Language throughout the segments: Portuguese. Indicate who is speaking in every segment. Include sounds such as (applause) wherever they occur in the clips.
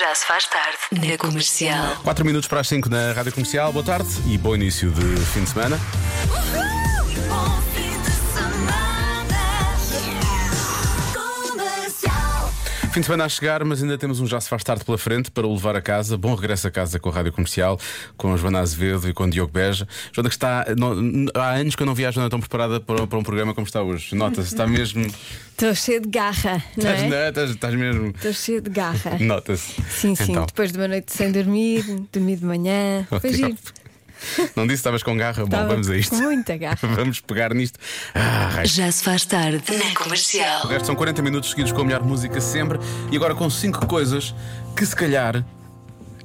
Speaker 1: Já se faz tarde na comercial.
Speaker 2: 4 minutos para as 5 na Rádio Comercial. Boa tarde e bom início de fim de semana. Fim de semana a chegar, mas ainda temos um Já Se Faz Tarde pela frente para o levar a casa. Bom regresso a casa com a Rádio Comercial, com a Joana Azevedo e com o Diogo Beja. Joana, que está. não- há anos que eu não vi a Joana tão preparada para, para um programa como está hoje. Nota-se, está mesmo.
Speaker 3: Estou cheia de garra, não
Speaker 2: Estás,
Speaker 3: é?
Speaker 2: né? Estás- estás mesmo.
Speaker 3: Estou cheia de
Speaker 2: (laughs)
Speaker 3: garra.
Speaker 2: Nota-se.
Speaker 3: Sim, sim,
Speaker 2: Então,
Speaker 3: depois de uma noite sem dormir, dormi de manhã.
Speaker 2: Oh,
Speaker 3: Foi
Speaker 2: Diogo.
Speaker 3: giro.
Speaker 2: Não disse que estavas com garra? Bom,
Speaker 3: Estava
Speaker 2: vamos a isto.
Speaker 3: com Muita garra.
Speaker 2: (laughs) Vamos pegar nisto. Ah, raio.
Speaker 1: Já se faz tarde na
Speaker 2: O
Speaker 1: comercial.
Speaker 2: resto são 40 minutos seguidos com a melhor música sempre e agora com cinco coisas que se calhar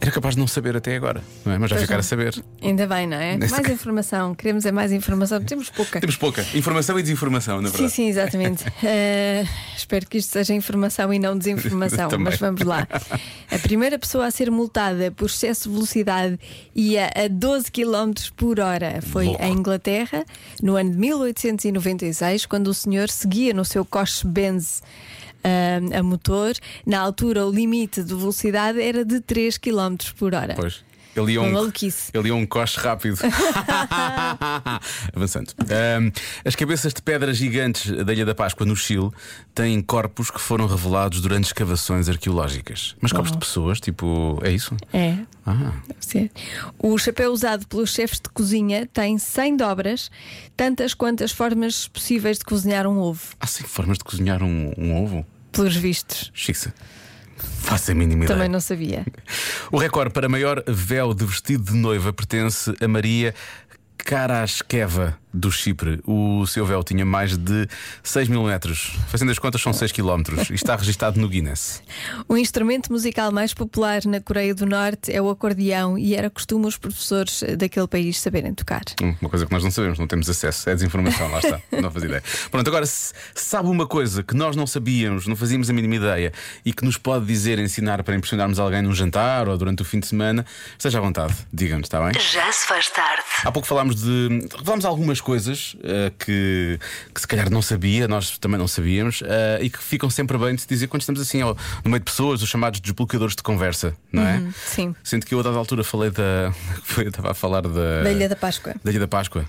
Speaker 2: era capaz de não saber até agora, não é? Mas já
Speaker 3: Pois
Speaker 2: ficar
Speaker 3: não.
Speaker 2: a
Speaker 3: (laughs)
Speaker 2: saber.
Speaker 3: Ainda bem, não é?
Speaker 2: Nesse
Speaker 3: Mais
Speaker 2: ca-
Speaker 3: informação. Queremos é mais informação. Temos pouca.
Speaker 2: Temos pouca informação e desinformação, na
Speaker 3: Sim,
Speaker 2: verdade.
Speaker 3: sim,
Speaker 2: (laughs)
Speaker 3: exatamente. Eh, espero que isto seja informação e não desinformação,
Speaker 2: (laughs) Também.
Speaker 3: mas vamos lá. A primeira pessoa a ser multada por excesso de velocidade ia a 12 km por hora. Foi
Speaker 2: Louco.
Speaker 3: em Inglaterra, no ano de 1896, quando o senhor seguia no seu coche Benz. eh, a motor, na altura o limite de velocidade era de 3 km por hora.
Speaker 2: Pois. Ele ia,
Speaker 3: Uma
Speaker 2: um,
Speaker 3: maluquice.
Speaker 2: ele ia um
Speaker 3: (laughs)
Speaker 2: coche rápido. (laughs) Avançando. Ahm, as cabeças de pedra gigantes da Ilha da Páscoa, no Chile, têm corpos que foram revelados durante escavações arqueológicas. Mas corpos de pessoas, tipo, é isso?
Speaker 3: É,
Speaker 2: Ah.
Speaker 3: deve ser. O chapéu usado pelos chefes de cozinha tem 100 dobras, tantas quantas formas possíveis de cozinhar um ovo,
Speaker 2: Há cinco formas de cozinhar um, um ovo?
Speaker 3: pelos vistos.
Speaker 2: Xixa. Faça a mínima ideia.
Speaker 3: Também não sabia.
Speaker 2: O recorde para maior véu de vestido de noiva pertence a Maria Karaskeva do Chipre. O seu véu tinha mais de 6 mil metros. Fazendo as contas, são 6 quilómetros. E está registado no Guinness.
Speaker 3: O Um instrumento musical mais popular na Coreia do Norte é o acordeão e era costume os professores eh, daquele país saberem tocar.
Speaker 2: Hum, Uma coisa que nós não sabemos, não temos acesso. É desinformação, lá está. Não faz ideia. Pronto, agora, se sabe uma coisa que nós não sabíamos, não fazíamos a mínima ideia e que nos pode dizer, ensinar para impressionarmos alguém num jantar ou durante o fim de semana, esteja à vontade. Diga-nos, está bem?
Speaker 1: Já se faz tarde.
Speaker 2: Há pouco falámos de. Falámos algumas coisas eh, que, que se calhar não sabia, nós também não sabíamos, eh, e que ficam sempre bem de se dizer quando estamos assim, ó, no meio de pessoas, os chamados desbloqueadores de conversa, não é?
Speaker 3: Hum, Sim,
Speaker 2: Sendo que eu, a dada altura, falei da. (laughs) foi- Eu estava a falar da.
Speaker 3: da Ilha da Páscoa.
Speaker 2: da Ilha da Páscoa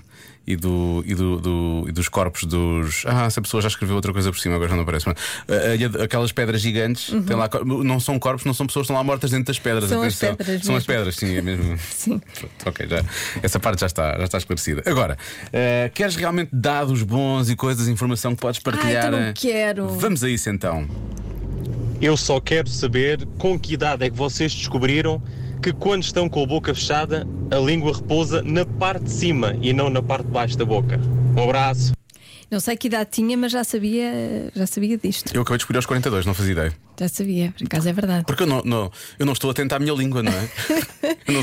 Speaker 2: e, do, e, do, do- e dos corpos dos. Ah, essa pessoa já escreveu outra coisa por cima, agora já não aparece. mas, eh, a Ilha de- aquelas pedras gigantes, tem lá cor- não são corpos, não são pessoas, estão lá mortas dentro das pedras.
Speaker 3: Uhum. São as
Speaker 2: atenção.
Speaker 3: pedras
Speaker 2: São as
Speaker 3: mesmo.
Speaker 2: pedras, sim, é mesmo.
Speaker 3: (laughs) Sim.
Speaker 2: Pronto, Ok, já, essa parte já está, já está esclarecida. Agora, eh, queres realmente dados bons e coisas, informação que podes partilhar?
Speaker 3: então não
Speaker 2: eh?
Speaker 3: quero.
Speaker 2: Vamos a isso então.
Speaker 4: Eu só quero saber com que idade é que vocês descobriram que quando estão com a boca fechada, a língua repousa na parte de cima e não na parte de baixo da boca. Um abraço.
Speaker 3: Não sei que idade tinha, mas já sabia, já sabia disto.
Speaker 2: Eu acabei de escolher aos 42, não fazia ideia.
Speaker 3: Já sabia, por acaso é verdade.
Speaker 2: Porque eu não, não- eu não estou atento à minha língua, não é? Eu não,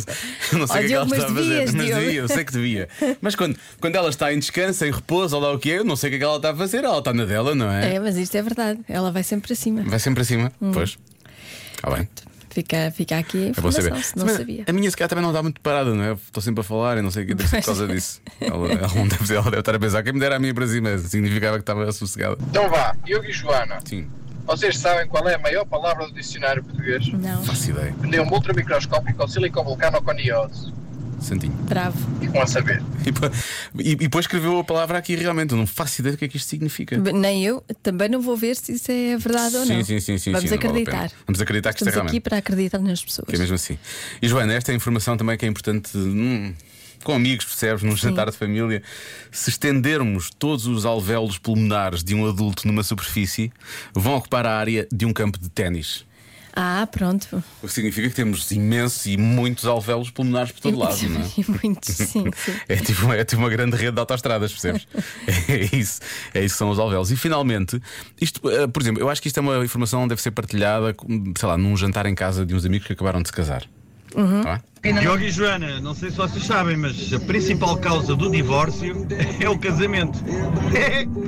Speaker 2: eu
Speaker 3: Oh,
Speaker 2: não sei o que é que ela
Speaker 3: Diogo,
Speaker 2: está
Speaker 3: mas
Speaker 2: a fazer,
Speaker 3: devias,
Speaker 2: mas
Speaker 3: Diogo.
Speaker 2: devia, eu sei que devia. Mas quando, quando ela está em descanso, em repouso, ou lá o que é, eu não sei o que é que ela está a fazer, ela está na dela, não é?
Speaker 3: É, Hum. mas isto é verdade. Ela vai sempre para cima.
Speaker 2: Vai sempre acima, pois. Está bem.
Speaker 3: Fica, fica aqui a
Speaker 2: É bom
Speaker 3: informação,
Speaker 2: saber.
Speaker 3: se não
Speaker 2: Também-
Speaker 3: sabia.
Speaker 2: A minha se calhar também não dá muito parada, não é? Estou sempre a falar e não sei o que deve ser por causa disso. Ela, ela não deve, ela deve estar a pensar, quem me dera a minha para cima, significava que estava sossegada.
Speaker 5: Então vá, Diogo e Joana,
Speaker 2: Sim,
Speaker 5: vocês sabem qual é a maior palavra do dicionário português?
Speaker 3: Não,
Speaker 2: faço ideia.
Speaker 5: Pneumo ultramicroscópico silicovulcanoconiose.
Speaker 2: Santinho.
Speaker 3: bravo.
Speaker 5: Ficam a saber.
Speaker 2: E, pa- e- e depois escreveu a palavra aqui realmente, eu não faço ideia do que é que isto significa.
Speaker 3: B- Nem eu, também não vou ver se isso é verdade ou
Speaker 2: sim,
Speaker 3: não.
Speaker 2: Sim, sim, sim.
Speaker 3: Vamos
Speaker 2: sim, não vale a
Speaker 3: acreditar.
Speaker 2: pena. Vamos acreditar que isto é
Speaker 3: Estamos aqui
Speaker 2: realmente.
Speaker 3: para acreditar nas pessoas.
Speaker 2: Que é mesmo assim. E Joana, esta é a informação também que é importante. hum, com amigos, percebes, num jantar de família, se estendermos todos os alvéolos pulmonares de um adulto numa superfície, vão ocupar a área de um campo de ténis.
Speaker 3: Ah, pronto.
Speaker 2: O que significa que temos imensos e muitos alvéolos pulmonares por todo lado, não é?
Speaker 3: E muito, (laughs) sim,
Speaker 2: (laughs)
Speaker 3: sim.
Speaker 2: É tipo, é tipo uma grande rede de autostradas, percebes? é isso. É isso que são os alvéolos. E finalmente, isto, eh, por exemplo, eu acho que isto é uma informação que deve ser partilhada, com, sei lá, num jantar em casa de uns amigos que acabaram de se casar. Não é?
Speaker 6: Diogo e Joana, não sei se vocês sabem, mas a principal causa do divórcio é o casamento.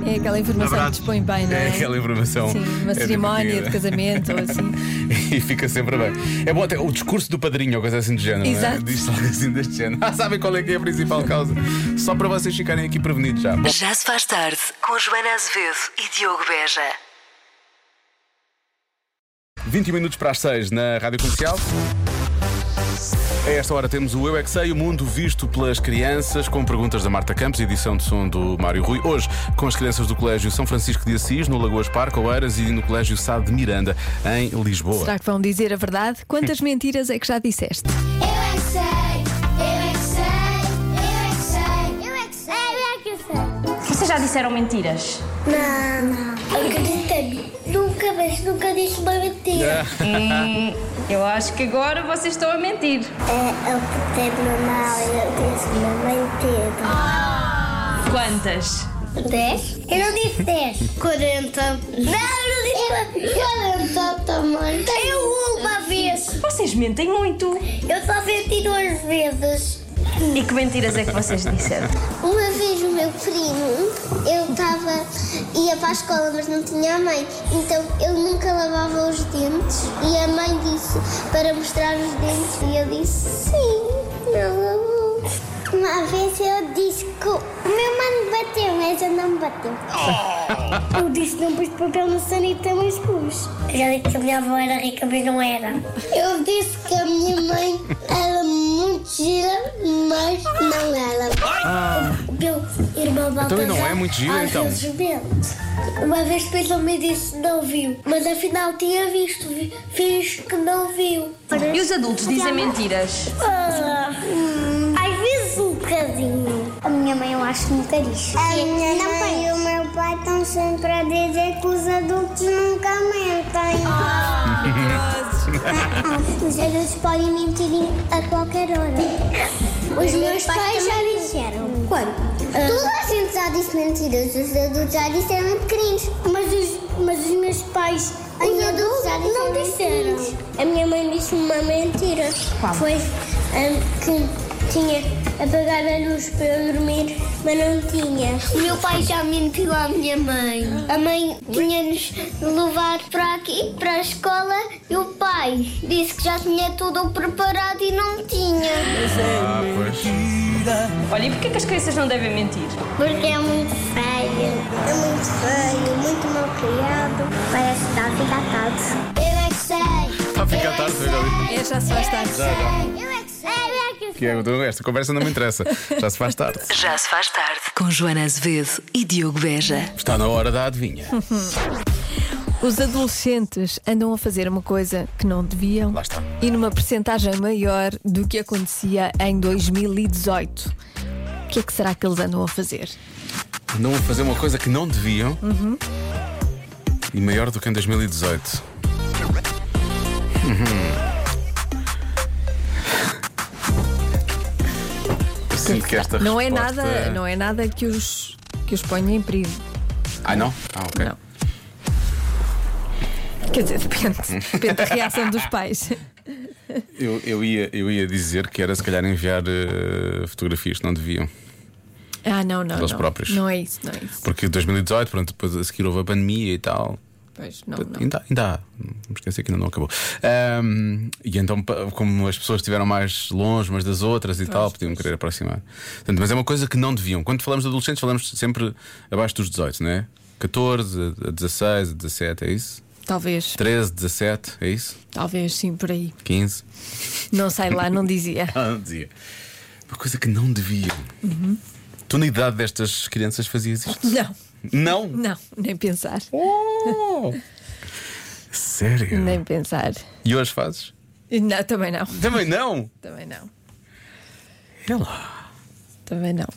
Speaker 3: É aquela informação
Speaker 6: Abraço.
Speaker 3: que dispõe bem, não é?
Speaker 2: É aquela informação.
Speaker 3: Sim, uma
Speaker 2: é
Speaker 3: cerimónia de
Speaker 2: divertida.
Speaker 3: casamento ou assim.
Speaker 2: (laughs) E fica sempre bem. É bom até o discurso do padrinho ou coisa assim do género. não é?
Speaker 3: Exato.
Speaker 2: Diz algo assim deste género. (laughs) Ah, sabem qual é que é a principal causa? Só para vocês ficarem aqui prevenidos já. Bom,
Speaker 1: Já se faz tarde com Joana Azevedo e Diogo Beja.
Speaker 2: 20 um minutos para as 6 na Rádio Comercial. A esta hora temos o Eu é que Sei, o mundo visto pelas crianças, com perguntas da Marta Campos, edição de som do Mário Rui. Hoje, com as crianças do Colégio São Francisco de Assis, no Lagoas Parque, Oeiras e no Colégio Sá de Miranda, em Lisboa.
Speaker 3: Será que vão dizer a verdade? Quantas mentiras é que já disseste?
Speaker 7: Eu é que sei, eu é que sei, eu é que sei, eu é que sei, eu é que é sei, eu é que sei.
Speaker 8: Vocês já disseram mentiras?
Speaker 7: Não, não. Acredita-me, nunca, mas nunca disse uma mentira.
Speaker 8: Hum, eu acho que agora vocês estão a mentir.
Speaker 7: É, eu portei-me mal, eu disse uma mentira.
Speaker 8: Quantas?
Speaker 7: 10? Eu não disse 10. 40. Não, eu não disse 40 também. Eu uma vez.
Speaker 8: Vocês mentem muito.
Speaker 7: Eu só menti duas vezes.
Speaker 8: E que mentiras é que vocês disseram?
Speaker 7: Uma vez o meu primo, eu estava, ia para a escola, mas não tinha a mãe, então eu nunca lavava os dentes e a mãe disse para mostrar os dentes e eu disse sim, não lavou. Uma vez eu disse que o meu mano bateu, mas eu não me bateu. Eu disse que não pus papel no sanita, mas pus. Já disse que a minha avó era rica, mas não era. Eu disse que a minha mãe era muito gira, mas não era. O meu irmão
Speaker 2: Então ele não é muito gira,
Speaker 7: às
Speaker 2: então?
Speaker 7: vezes mente. Uma vez pensou me disse que não viu, mas afinal tinha visto, vi- fiz que não viu.
Speaker 8: E os adultos dizem mentiras.
Speaker 7: Ah, Às vezes um bocadinho. A minha mãe eu acho nunca diz. A minha mãe e o meu pai estão sempre a dizer que os adultos nunca mentem. Ah. (laughs) os adultos podem mentir a qualquer hora. Os meus pais já disseram. Quando? Ah. Toda a gente já disse mentiras. Os adultos já disseram pequeninos. Mas os, mas os meus pais... Os adultos já não disseram. A minha mãe disse uma mentira. Foi ah, que tinha apagado a luz para eu dormir, mas não tinha. O meu pai já mentiu à minha mãe. A mãe tinha-nos levar para aqui, para a escola, e o pai disse que já tinha tudo preparado e não tinha.
Speaker 2: Ah, pois.
Speaker 3: é
Speaker 8: Olha, e porquê que as crianças não devem mentir?
Speaker 7: Porque é muito feio. É muito feio, muito mal criado. Parece que está a ficar tarde. Eu é que sei.
Speaker 2: Está a ficar tarde, já ouvi.
Speaker 3: É, já se faz tarde.
Speaker 7: Eu é que sei. Eu é que sei.
Speaker 2: Que é, então, Esta conversa não me interessa, já se faz tarde.
Speaker 1: Já se faz tarde. Com Joana Azevedo e Diogo Beja.
Speaker 2: Está na hora da adivinha.
Speaker 3: Os adolescentes andam a fazer uma coisa que não deviam
Speaker 2: Lá está.
Speaker 3: e numa percentagem maior do que acontecia em 2018. O que é que será que eles andam a fazer?
Speaker 2: Não a fazer uma coisa que não deviam e maior do que em 2018. Uhum. Sinto que esta
Speaker 3: Não é
Speaker 2: resposta-
Speaker 3: nada, não é nada que os que os ponha em perigo.
Speaker 2: Ah, não? Ah, ok.
Speaker 3: Não. Quer dizer, depende, depende da reação dos pais.
Speaker 2: Eu, eu, ia, eu ia dizer que era se calhar enviar eh, fotografias que não deviam.
Speaker 3: (laughs) Ah, não, não,
Speaker 2: Pelos
Speaker 3: não.
Speaker 2: próprios.
Speaker 3: Não é isso, não é isso.
Speaker 2: Porque 2018, pronto, depois a seguir houve a pandemia e tal.
Speaker 3: Pois, não, não.
Speaker 2: Ainda, ainda há. Não me esquecer que ainda não acabou. Ahm, e então, pa- como as pessoas estiveram mais longe umas das outras e tal, podiam querer aproximar. Portanto, mas é uma coisa que não deviam. Quando falamos de adolescentes, falamos sempre abaixo dos 18, não é? 14, a- a 16, a 17, é isso?
Speaker 3: Talvez,
Speaker 2: 13, 17, é isso?
Speaker 3: talvez sim por aí.
Speaker 2: 15?
Speaker 3: Não sei lá, não
Speaker 2: (laughs)
Speaker 3: dizia.
Speaker 2: Ah, não dizia. Uma coisa que não deviam. Tu, na idade destas crianças, fazias isto?
Speaker 3: Não, (laughs)
Speaker 2: Não!
Speaker 3: não, nem pensar.
Speaker 2: Oh! Sério?
Speaker 3: Nem pensar.
Speaker 2: E hoje fazes?
Speaker 3: E Não, também não.
Speaker 2: Também não!
Speaker 3: Também não.
Speaker 2: É lá.
Speaker 3: Também não.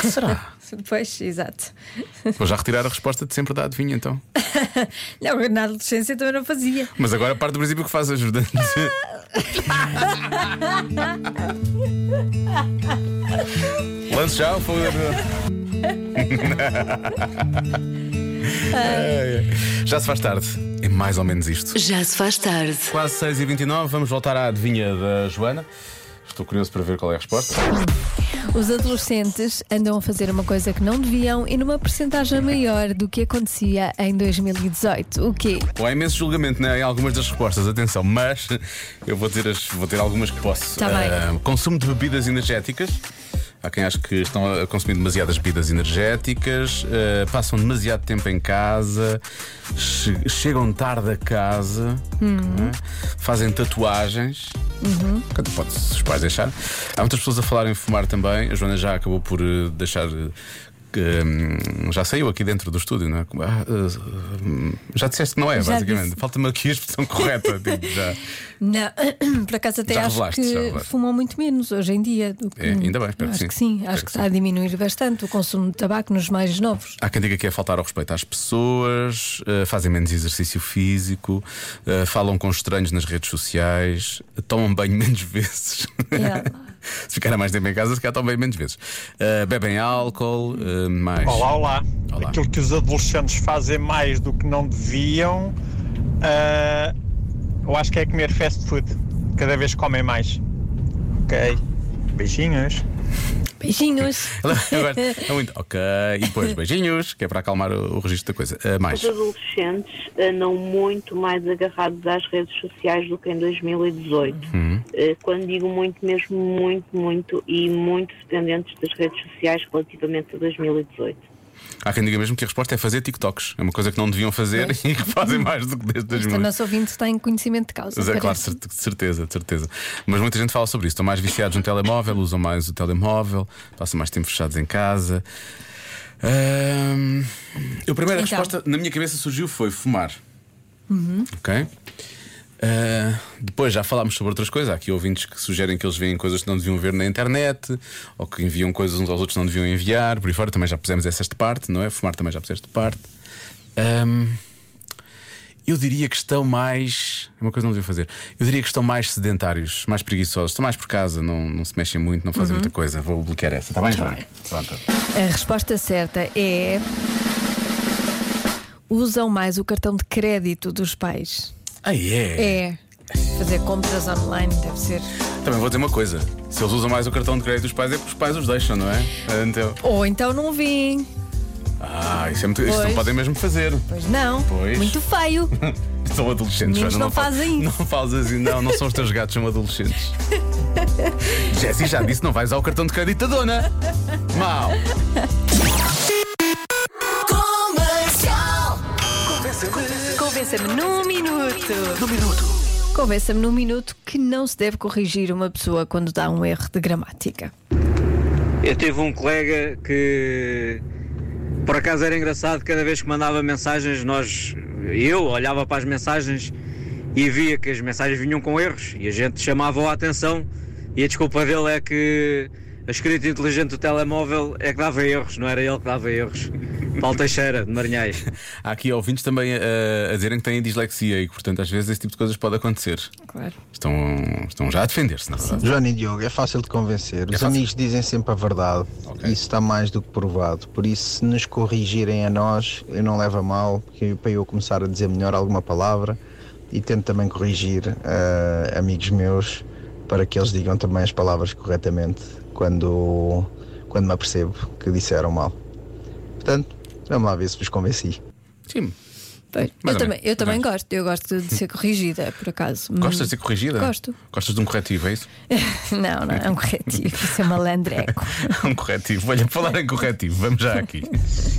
Speaker 2: que será?
Speaker 3: (laughs) Pois, exato.
Speaker 2: Vou já retirar a resposta de sempre da adivinha então.
Speaker 3: Não, eu na adolescência também não fazia.
Speaker 2: Mas agora parte do princípio que faz (laughs) ajudante. Lance já o fogo da Já se faz tarde. É mais ou menos isto.
Speaker 1: Já se faz tarde.
Speaker 2: Quase 6h29, vamos voltar à adivinha da Joana. Estou curioso para ver qual é a resposta.
Speaker 3: Os adolescentes andam a fazer uma coisa que não deviam e numa percentagem maior do que acontecia em 2018. O quê?
Speaker 2: Bom, Há imenso julgamento né, em algumas das respostas, atenção, mas eu vou ter, as- vou ter algumas que posso.
Speaker 3: Tá bem.
Speaker 2: Ah, consumo de bebidas energéticas. Há quem acha que estão a consumir demasiadas bebidas energéticas, eh, passam demasiado tempo em casa, che- chegam tarde a casa,
Speaker 3: Hum.
Speaker 2: não é? fazem tatuagens. Quando pode, se os pais deixarem. Há muitas pessoas a falarem em fumar também. A Joana já acabou por eh, deixar. eh, que, hum, já saiu aqui dentro do estúdio, não é? Como, ah, eh, hum, já disseste que não é,
Speaker 3: Já
Speaker 2: basicamente.
Speaker 3: disse.
Speaker 2: Falta-me aqui a expressão correta.
Speaker 3: (laughs)
Speaker 2: tipo, já.
Speaker 3: Não, (clears throat) por acaso até
Speaker 2: Já
Speaker 3: acho
Speaker 2: revelaste, já
Speaker 3: que
Speaker 2: revelaste.
Speaker 3: fumam muito menos hoje em dia. do que-
Speaker 2: É, ainda bem, espero que
Speaker 3: acho
Speaker 2: sim.
Speaker 3: que sim.
Speaker 2: Espero
Speaker 3: Acho que
Speaker 2: que
Speaker 3: está a diminuir bastante o consumo de tabaco nos mais novos.
Speaker 2: Há quem diga que é faltar ao respeito às pessoas, eh, fazem menos exercício físico, eh, falam com estranhos nas redes sociais, tomam banho menos (laughs) vezes.
Speaker 3: É.
Speaker 2: se ficarem mais tempo em casa, se calhar tomam banho menos vezes. Eh, bebem álcool, eh, mais.
Speaker 9: Olá, olá,
Speaker 2: Olá.
Speaker 9: Aquilo que os adolescentes fazem mais do que não deviam, ah, eu acho que é comer fast food. Cada vez comem mais. Ok. Beijinhos.
Speaker 2: (laughs)
Speaker 3: Beijinhos.
Speaker 2: Agora, é muito. Ok, e depois beijinhos, que é para acalmar o, o registro da coisa. Eh, mais.
Speaker 10: Os adolescentes andam muito mais agarrados às redes sociais do que em 2018. Eh, Quando digo muito, mesmo muito, muito e muito dependentes das redes sociais relativamente a 2018.
Speaker 2: Há quem diga mesmo que a resposta é fazer TikToks. É uma coisa que não deviam fazer (laughs) e que fazem mais do que desde 2000.
Speaker 3: O nosso ouvinte tem conhecimento de causa.
Speaker 2: Zé, claro,
Speaker 3: parece.
Speaker 2: cer- de certeza, de certeza. Mas muita gente fala sobre isso. Estão mais viciados no telemóvel, usam mais o telemóvel, passam mais tempo fechados em casa. Ahm, a primeira
Speaker 3: Então. Uhum.
Speaker 2: resposta na minha cabeça surgiu foi fumar. Ok? Ah, depois já falámos sobre outras coisas. Há aqui ouvintes que sugerem que eles veem coisas que não deviam ver na internet ou que enviam coisas uns aos outros que não deviam enviar. Por aí fora também já pusemos essa de parte, não é? Fumar também já puseste de parte. Ahm, eu diria que estão mais. é Uma coisa que não deviam fazer. Eu diria que estão mais sedentários, mais preguiçosos. Estão mais por casa, não, não se mexem muito, não fazem
Speaker 3: Uhum.
Speaker 2: muita coisa. Vou bloquear essa. Está
Speaker 3: Tá
Speaker 2: bem, Joana? Pronto.
Speaker 3: A resposta certa é. Usam mais o cartão de crédito dos pais.
Speaker 2: Ah, é.
Speaker 3: É. Fazer compras online deve ser.
Speaker 2: Também vou dizer uma coisa. Se eles usam mais o cartão de crédito dos pais, é porque os pais os deixam, não é? Então.
Speaker 3: Ou então não vim.
Speaker 2: Ah, isso é muito. Isto não
Speaker 3: Pois.
Speaker 2: podem mesmo fazer.
Speaker 3: Pois não.
Speaker 2: Pois.
Speaker 3: Muito
Speaker 2: (laughs)
Speaker 3: feio.
Speaker 2: São adolescentes,
Speaker 3: Meninos
Speaker 2: Joana,
Speaker 3: não
Speaker 2: fa-
Speaker 3: fazem isso.
Speaker 2: Não fazes assim, não, não são os teus gatos, são
Speaker 3: (laughs)
Speaker 2: adolescentes. Jessie já disse: não vais ao cartão de crédito da dona. Mal.
Speaker 3: Convença-me num minuto. Num minuto. Convença-me num minuto que não se deve corrigir uma pessoa quando dá um erro de gramática.
Speaker 11: Eu tive um colega que, por acaso era engraçado, cada vez que mandava mensagens, nós, eu olhava para as mensagens e via que as mensagens vinham com erros e a gente chamava a atenção e a desculpa dele é que a escrita inteligente do telemóvel é que dava erros, não era ele que dava erros. Paulo Teixeira, de Marinhais.
Speaker 2: Há aqui ouvintes também eh, a, a dizerem que têm dislexia e que, portanto, às vezes esse tipo de coisas pode acontecer.
Speaker 3: Claro.
Speaker 2: Estão, estão já a defender-se, na verdade.
Speaker 9: Joana e Diogo, é fácil de convencer. Os
Speaker 12: É
Speaker 2: fácil.
Speaker 9: amigos dizem sempre a verdade.
Speaker 2: Ok.
Speaker 9: Isso está mais do que provado. Por isso, se nos corrigirem a nós, eu não levo a mal, porque para eu começar a dizer melhor alguma palavra e tento também corrigir ah, amigos meus para que eles digam também as palavras corretamente quando, quando me apercebo que disseram mal. Portanto, vamos lá ver se vos convenci.
Speaker 2: Sim.
Speaker 3: Pois.
Speaker 2: Mais
Speaker 3: Eu,
Speaker 2: ou
Speaker 3: também,
Speaker 2: menos,
Speaker 3: eu também
Speaker 2: mais ou
Speaker 3: gosto. Eu gosto de ser corrigida, por acaso.
Speaker 2: Gostas de ser corrigida?
Speaker 3: Gosto.
Speaker 2: Gostas de um corretivo, é isso? (laughs)
Speaker 3: Não, não, é um corretivo. Isso é malandreco.
Speaker 2: um corretivo. Olha, falar em corretivo, vamos já aqui.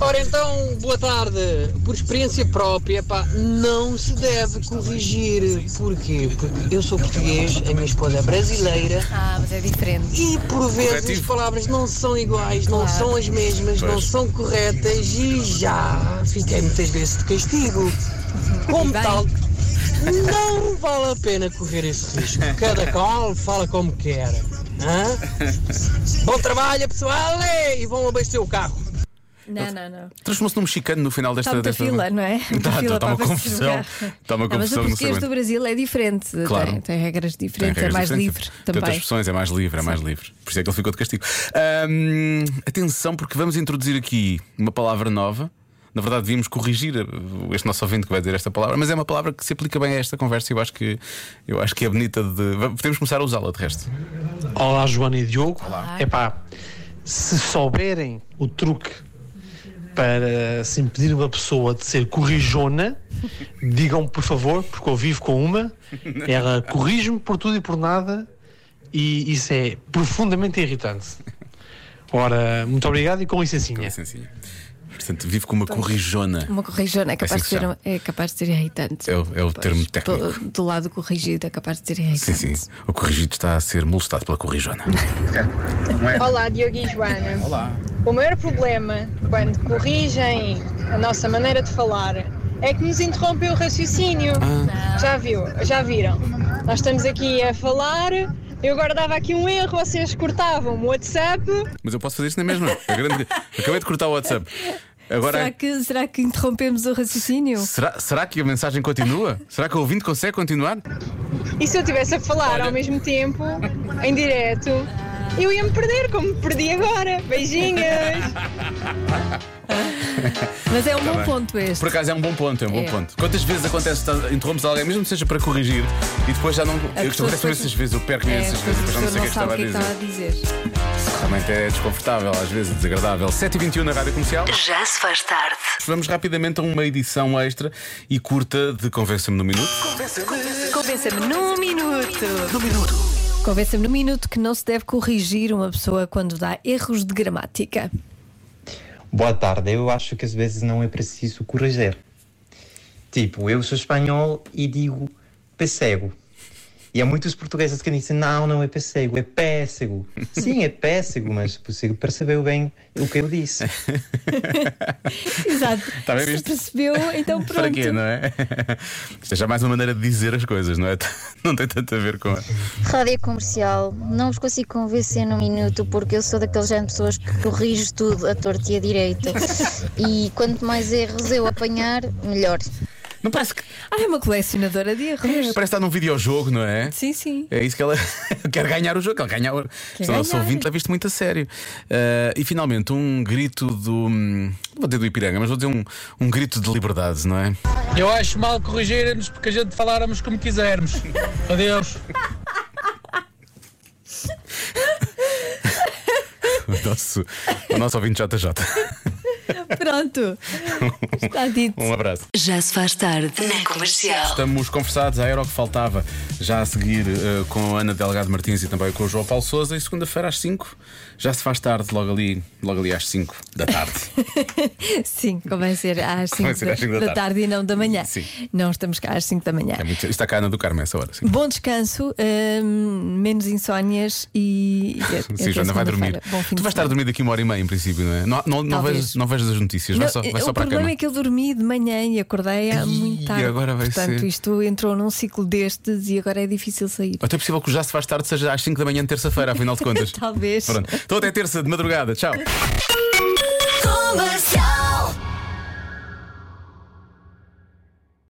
Speaker 10: Ora então, boa tarde. Por experiência própria, pá, não se deve corrigir. Porquê? Porque eu sou português, a minha esposa é brasileira
Speaker 3: (laughs) Ah, mas é diferente.
Speaker 10: e por vezes
Speaker 2: Corretivo.
Speaker 10: as palavras não são iguais, não são as mesmas, não
Speaker 2: Pois.
Speaker 10: são corretas e já fiquei muitas vezes de castigo. Como
Speaker 3: bem.
Speaker 10: tal, não vale a pena correr esse risco. Cada qual fala como quer. Hã? Bom trabalho, pessoal, e vão abastecer o carro.
Speaker 3: Não, não, não.
Speaker 2: Transformou-se num mexicano no final
Speaker 3: Está
Speaker 2: desta.
Speaker 3: muita
Speaker 2: desta-
Speaker 3: fila, não é? Muita
Speaker 2: Está,
Speaker 3: fila
Speaker 2: está, está tá uma
Speaker 3: para abastecer
Speaker 2: confusão.
Speaker 3: o carro.
Speaker 2: Está uma
Speaker 3: Não, mas o
Speaker 2: confusão no
Speaker 3: português do Brasil é diferente.
Speaker 2: Claro.
Speaker 3: Tem, tem regras diferentes,
Speaker 2: Tem
Speaker 3: é mais
Speaker 2: regras diferentes.
Speaker 3: livre
Speaker 2: Tem outras
Speaker 3: também.
Speaker 2: expressões, é mais livre, é mais livre. Por isso é que ele ficou de castigo. Ahm, atenção, porque vamos introduzir aqui uma palavra nova. Na verdade, devíamos corrigir uh, este nosso ouvinte que vai dizer esta palavra, mas é uma palavra que se aplica bem a esta conversa e eu acho que, eu acho que é bonita de. va- Podemos começar a usá-la, de resto.
Speaker 3: É.
Speaker 10: Olá, Joana e Diogo. Epá, se souberem o truque para se impedir uma pessoa de ser corrijona, digam por favor, porque eu vivo com uma, ela corrige-me por tudo e por nada, e isso é profundamente irritante. Ora, muito obrigado e com licencinha. Com
Speaker 2: licencinha. É assim, Portanto, vive com uma corrijona.
Speaker 3: Então, Uma corrijona é capaz,
Speaker 2: Assim que
Speaker 3: de, ser, é capaz de ser irritante.
Speaker 2: É o, é o termo técnico.
Speaker 3: Do, do lado corrigido é capaz de ser irritante.
Speaker 2: Sim, sim. O corrigido está a ser molestado
Speaker 3: (laughs)
Speaker 2: pela corrijona.
Speaker 13: Olá, Diogo e Joana.
Speaker 2: Olá.
Speaker 13: O maior problema quando corrigem a nossa maneira de falar é que nos interrompem o raciocínio. Já viu? Já viram? Nós estamos aqui a falar. Eu agora dava aqui um erro, vocês cortavam o WhatsApp.
Speaker 2: Mas eu posso fazer isto na mesma. A grande- Acabei de cortar o WhatsApp. Agora é
Speaker 3: Será, que, será que interrompemos o raciocínio?
Speaker 2: Será, será que a mensagem continua? será que o ouvinte consegue continuar?
Speaker 13: E se eu estivesse a falar ao mesmo tempo, em direto, eu ia me perder como me perdi agora. Beijinhos!
Speaker 3: Mas é um
Speaker 2: Tá
Speaker 3: bom
Speaker 2: bem.
Speaker 3: ponto este.
Speaker 2: Por acaso é um bom ponto, é um bom
Speaker 3: É.
Speaker 2: ponto. Quantas vezes acontece, estás- interrompes alguém, mesmo que seja para corrigir, e depois já não. Eu
Speaker 3: pessoa
Speaker 2: acontece
Speaker 3: depois-
Speaker 2: essas vezes, eu perco
Speaker 3: É,
Speaker 2: essas
Speaker 3: depois
Speaker 2: vezes,
Speaker 3: a
Speaker 2: depois já não sei o
Speaker 3: pessoa
Speaker 2: que estava a
Speaker 3: não
Speaker 2: dizer.
Speaker 3: sabe o que é que estava a dizer.
Speaker 2: Realmente é desconfortável, às vezes desagradável. 7h21 na Rádio Comercial.
Speaker 1: Já se faz tarde.
Speaker 2: Vamos rapidamente a uma edição extra e curta de Convença-me no Minuto.
Speaker 3: Convença-me num minuto. Num minuto. Convença-me num minuto que não se deve corrigir uma pessoa quando dá erros de gramática.
Speaker 14: Boa tarde, eu acho que às vezes não é preciso corrigir. Tipo, eu sou espanhol e digo pessego. E há muitos portugueses que dizem, não, não é pessego, é péssego. Sim, é péssego, mas você percebeu bem o que eu disse.
Speaker 3: (laughs) Exato.
Speaker 2: Tá bem
Speaker 3: se
Speaker 2: visto?
Speaker 3: percebeu, então pronto.
Speaker 2: (laughs) Para quê, não é? Isto é já mais uma maneira de dizer as coisas, não é? (laughs) Não tem tanto a ver com. a-
Speaker 15: Rádio comercial, não vos consigo convencer num minuto porque eu sou daquele género de pessoas que corrijo tudo à torta e à direita. E quanto mais erros eu apanhar, melhor.
Speaker 2: Não parece que.
Speaker 3: Ah, é uma colecionadora de erros.
Speaker 2: Parece estar num videojogo, não é?
Speaker 3: Sim, sim.
Speaker 2: É isso que ela (laughs) quer ganhar o jogo, ela ganhar. Se não sou
Speaker 3: ganhar.
Speaker 2: ouvinte, leva isto muito a sério. Ah, e finalmente, um grito do. hum, Não vou dizer do Ipiranga, mas vou dizer um, um grito de liberdade, não é? (laughs)
Speaker 12: Eu acho mal corrigirmos porque a gente faláramos como quisermos. Adeus.
Speaker 2: O nosso, o nosso ouvinte JJ. É. (laughs)
Speaker 3: Pronto. Está dito.
Speaker 2: Um abraço.
Speaker 1: Já se faz tarde na É comercial.
Speaker 2: Estamos conversados, ah, era o que faltava. Já a seguir ah, com a Ana Delgado Martins e também com o João Paulo Souza. E segunda-feira às 5 já se faz tarde, logo ali, logo ali às 5 da tarde.
Speaker 3: Sim, convém ser às
Speaker 2: Convém
Speaker 3: 5
Speaker 2: ser às cinco
Speaker 3: da,
Speaker 2: da
Speaker 3: da tarde e não da manhã.
Speaker 2: Sim.
Speaker 3: Não estamos cá às 5 da manhã.
Speaker 2: É muito- está cá a Ana do Carmo essa hora, sim.
Speaker 3: Bom descanso, hum, menos insónias e. e até
Speaker 2: Sim, Joana,
Speaker 3: segunda-feira.
Speaker 2: vai dormir.
Speaker 3: Bom fim
Speaker 2: Tu
Speaker 3: de
Speaker 2: vais estar a dormir daqui uma hora e meia, em princípio, não é? Não, não, não,
Speaker 3: Talvez.
Speaker 2: vejas, não vejas as notícias, vai
Speaker 3: Não,
Speaker 2: só, vai
Speaker 3: o
Speaker 2: só para a
Speaker 3: problema
Speaker 2: cama.
Speaker 3: é que eu dormi de manhã e acordei há muito tarde.
Speaker 2: agora vai
Speaker 3: Portanto,
Speaker 2: ser.
Speaker 3: isto entrou num ciclo destes e agora é difícil sair.
Speaker 2: Ou até é possível que o já se faz tarde seja às 5 da manhã de
Speaker 3: (laughs)
Speaker 2: terça-feira, afinal de contas.
Speaker 3: Talvez. (laughs)
Speaker 2: Pronto. Então até terça de madrugada. Tchau.
Speaker 1: Comercial.